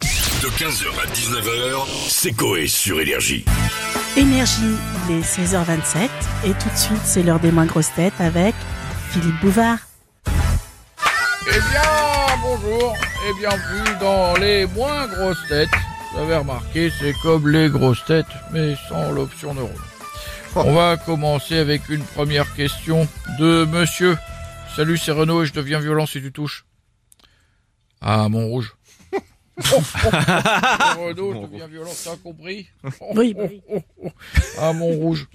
De 15h à 19h, c'est Coé sur Énergie. Énergie, il est 16h27 et tout de suite c'est l'heure des moins grosses têtes avec Philippe Bouvard. Eh bien, bonjour et bienvenue dans les moins grosses têtes. Vous avez remarqué, c'est comme les grosses têtes, mais sans l'option neuro. On va commencer avec une première question de monsieur. Salut, c'est Renaud et je deviens violent si tu touches. Ah, mon rouge. Renaud, je deviens violent, t'as compris Oui, bah oui. Ah, mon rouge.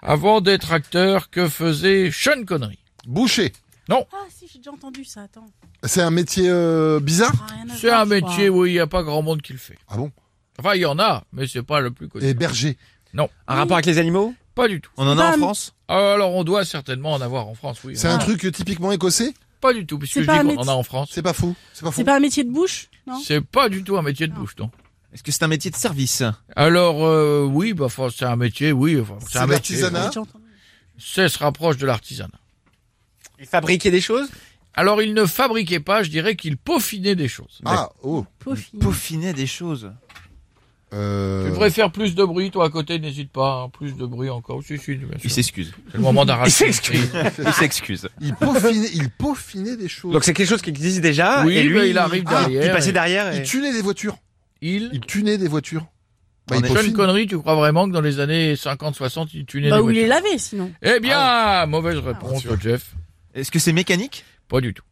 Avant d'être acteur, que faisait Sean Connery Boucher. Ah si, j'ai déjà entendu ça, attends. C'est un métier euh, bizarre Ça a rien à C'est voir, un je crois. métier où il n'y a pas grand monde qui le fait. Ah bon Enfin, il y en a, mais c'est pas le plus connu. Et berger. Un rapport avec les animaux Pas du tout. On en a Madame. en France Alors, on doit certainement en avoir en France, oui. C'est Hein. un truc typiquement écossais Pas du tout, puisque C'est je dis pas un qu'on en métier. a en France. C'est pas fou. C'est pas fou. C'est pas un métier de bouche Non C'est pas du tout un métier de Non. bouche, non. Est-ce que c'est un métier de service Alors, euh, oui, bah, enfin, c'est un métier, oui. enfin, C'est un de métier. l'artisanat J'ai entendu. Ça se rapproche de l'artisanat. Il fabriquait des choses Alors, il ne fabriquait pas, je dirais qu'il peaufinait des choses. Ah, oh. Peaufine. Peaufinait des choses. Euh... Tu devrais faire plus de bruit, toi, à côté, n'hésite pas. hein, plus de bruit encore. Si, si, bien sûr. Il C'est s'excuse. le moment d'arracher. Il s'excuse. Il s'excuse. Il peaufinait, il peaufinait des choses. Donc c'est quelque chose qui existe déjà. Oui, et lui, mais il arrive ah, derrière Il passait et- derrière. il Et... tunait des voitures. Il... Il tunait des voitures. Bah, On il est- Sean peaufine. Connery, tu crois vraiment que dans les années 50-60, il tunait Bah des où il est voitures lavé sinon. Eh bien, Ah mauvaise réponse, Bien sûr. Jeff. Est-ce que c'est mécanique Pas du tout.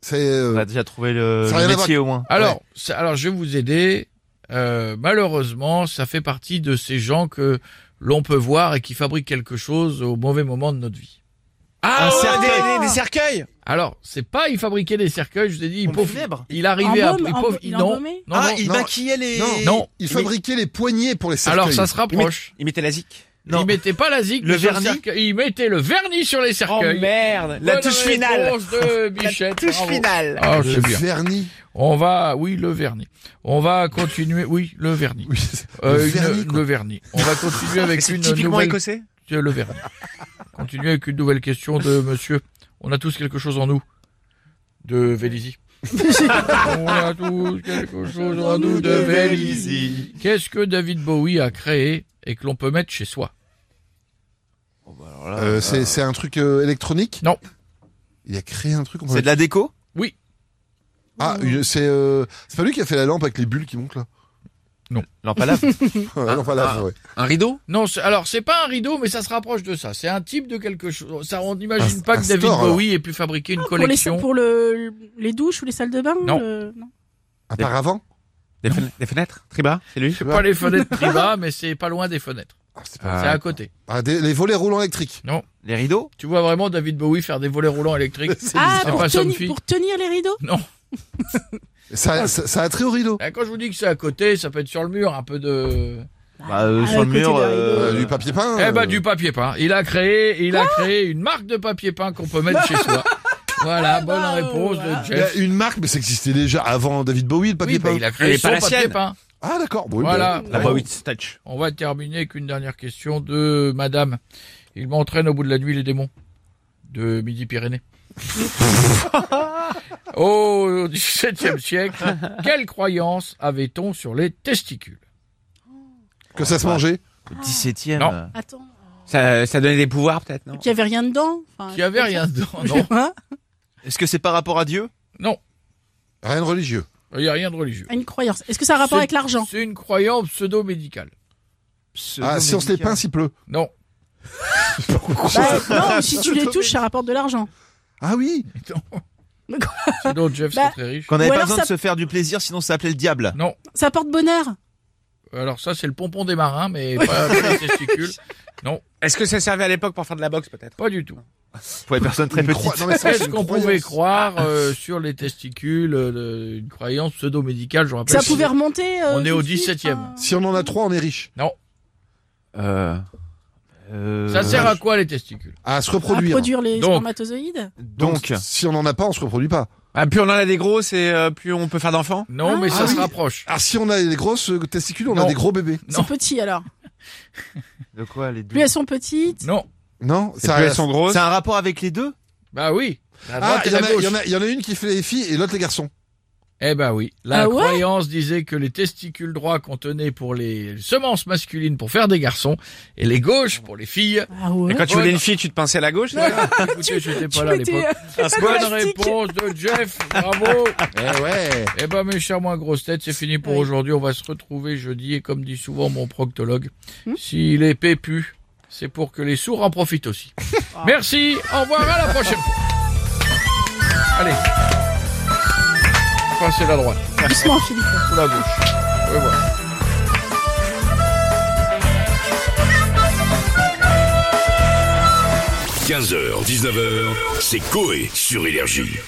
C'est euh, On a déjà trouvé le, Ça a le rien à métier au moins. Alors, ça- alors je vais vous aider. Euh, malheureusement, ça fait partie de ces gens que l'on peut voir et qui fabriquent quelque chose au mauvais moment de notre vie. Ah, ouais des, des- des cercueils Alors, c'est pas il fabriquait des cercueils, je vous ai dit, il Pompe pauf- funèbre Il arrivait à... Embaume, il emba- pauf- il non, embaumait non, Ah, non. il non. maquillait les. Non, non. il fabriquait les poignées pour les cercueils. Alors, ça se Il, met- rapproche. il mettait la zik. Il mettait pas la zig, Le mais sur vernis cercueil- il mettait le vernis sur les Oh cercueils. merde La Bonne touche finale réponse de La Bichette, touche bravo. finale Ah, Le c'est bien. vernis. On va, oui, le vernis. On va continuer, oui, le vernis. Oui, c'est- Euh, le une- vernis, quoi. le vernis. On va continuer avec C'est une typiquement nouvelle écossais Monsieur Le Vernet. Continuez avec une nouvelle question de monsieur. On a tous quelque chose en nous. De Vélizy. On a tous quelque chose en nous de Vélizy. Qu'est-ce que David Bowie a créé et que l'on peut mettre chez soi Oh, bah, alors là, Euh, c'est c'est un truc euh, électronique Non. Il a créé un truc. on peut C'est de mettre- la déco Ah, une- c'est euh, c'est pas lui qui a fait la lampe avec les bulles qui montent là. Lampe à lave La lampe à lave, ouais. Un rideau Non, c'est- alors c'est pas un rideau, mais ça se rapproche de ça. C'est un type de quelque chose. Ça, on n'imagine Un- pas un que David store, alors. Bowie ait pu fabriquer une Ah, Pour, les, collection. pour le, les douches ou les salles de bain Non. le- non. Un paravent Des, fen- des fenêtres Triba C'est lui Pas les fenêtres privées, mais c'est pas loin des fenêtres. Ah, c'est pas- Ah. C'est à côté. Ah, des- les volets roulants électriques. Les rideaux Tu vois vraiment David Bowie faire des volets roulants électriques Ah, C'est pour, pas tenir- Sophie. pour tenir les rideaux Non. Ça, ça, ça a trait au rideau. Ah, Quand je vous dis que c'est à côté, ça peut être sur le mur, un peu de... Bah, euh, Ah, à sur le côté mur, des euh, Euh, rideaux. du papier peint. Eh ben euh, du papier peint. Il a créé, il a créé une marque de papier peint qu'on peut mettre chez soi. Voilà, Ah bonne bah, réponse voilà. de Il y a Jeff. une marque, mais ça existait déjà avant David Bowie, le papier Oui, bah, peint. il a créé est son pas la papier sienne. peint. Ah, d'accord. Bon, Voilà. bah, La ouais. Bowie Touch. On va terminer avec une dernière question de Madame. Il m'entraîne au bout de la nuit les démons de Midi Pyrénées. au XVIIe siècle, quelle croyance avait-on sur les testicules Que ça se mangeait. Le 17 e Non. Attends. Ça, ça donnait des pouvoirs peut-être, non Qu'il y avait rien dedans enfin, Qui avait rien dedans Je sais Non, pas. Est-ce que c'est par rapport à Dieu Rien de religieux. il n'y a rien de religieux. Une croyance. Est-ce que ça a un rapport C'est- avec l'argent C'est une croyance pseudo-médicale. Ah, si on se les pince, il pleut. Non. Bah, Non, si tu les touches, ça rapporte de l'argent. Ah oui. Sinon, Jeff Bah, serait très riche. Qu'on Ou n'avait pas alors besoin ça- de se faire du plaisir, sinon ça s'appelait le diable. Non. Ça porte bonheur. Alors ça, c'est le pompon des marins, mais pas, pas les testicules. Est-ce que ça servait à l'époque pour faire de la boxe peut-être Pas du tout. Pour les personnes très Une petites. croix- Non, mais ça, c'est Est-ce une qu'on croyance. pouvait croire euh, sur les testicules euh, le- une croyance pseudo-médicale, je vous rappelle. Ça pouvait remonter. euh, On est au tout de suite, 17e. enfin. Si on en a trois, on est riche. Euh, euh, Ça sert à quoi les testicules À se À reproduire. produire les Donc. spermatozoïdes. Donc, Si on en a pas, on se reproduit pas. ah, plus on en a des grosses et euh, plus on peut faire d'enfants Non, mais ça Ah se oui. rapproche. Ah, si on a des grosses euh, testicules, on Non. a des gros bébés. Non. C'est petit alors. De quoi les Plus elles sont petites. Non. Non, Ça, a- grosses. C'est un rapport avec les deux Bah oui. La Ah, droite et il y, en la a- il gauche. y en a- il y en a une qui fait les filles et l'autre les garçons. Eh ben oui. La Ah ouais croyance disait que les testicules droits contenaient pour les semences masculines pour faire des garçons et les gauches pour les filles. Ah ouais. Et quand tu Ouais, voulais non. une fille, tu te pinçais la gauche là Écoutez, j'étais pas là à mettais, l'époque. Un squat Bonne réponse de Jeff. Bravo. Eh ouais. Eh ben mes chers moins grosses têtes, c'est fini pour Oui. aujourd'hui. On va se retrouver jeudi et comme dit souvent mon proctologue, s'il est pépu, c'est pour que les sourds en profitent aussi. Oh. Merci, au revoir, à la prochaine fois. Allez. Passez la droite euh, Doucement, Philippe. ou la gauche. Oui, voilà. h 19h, c'est Coé sur Énergie.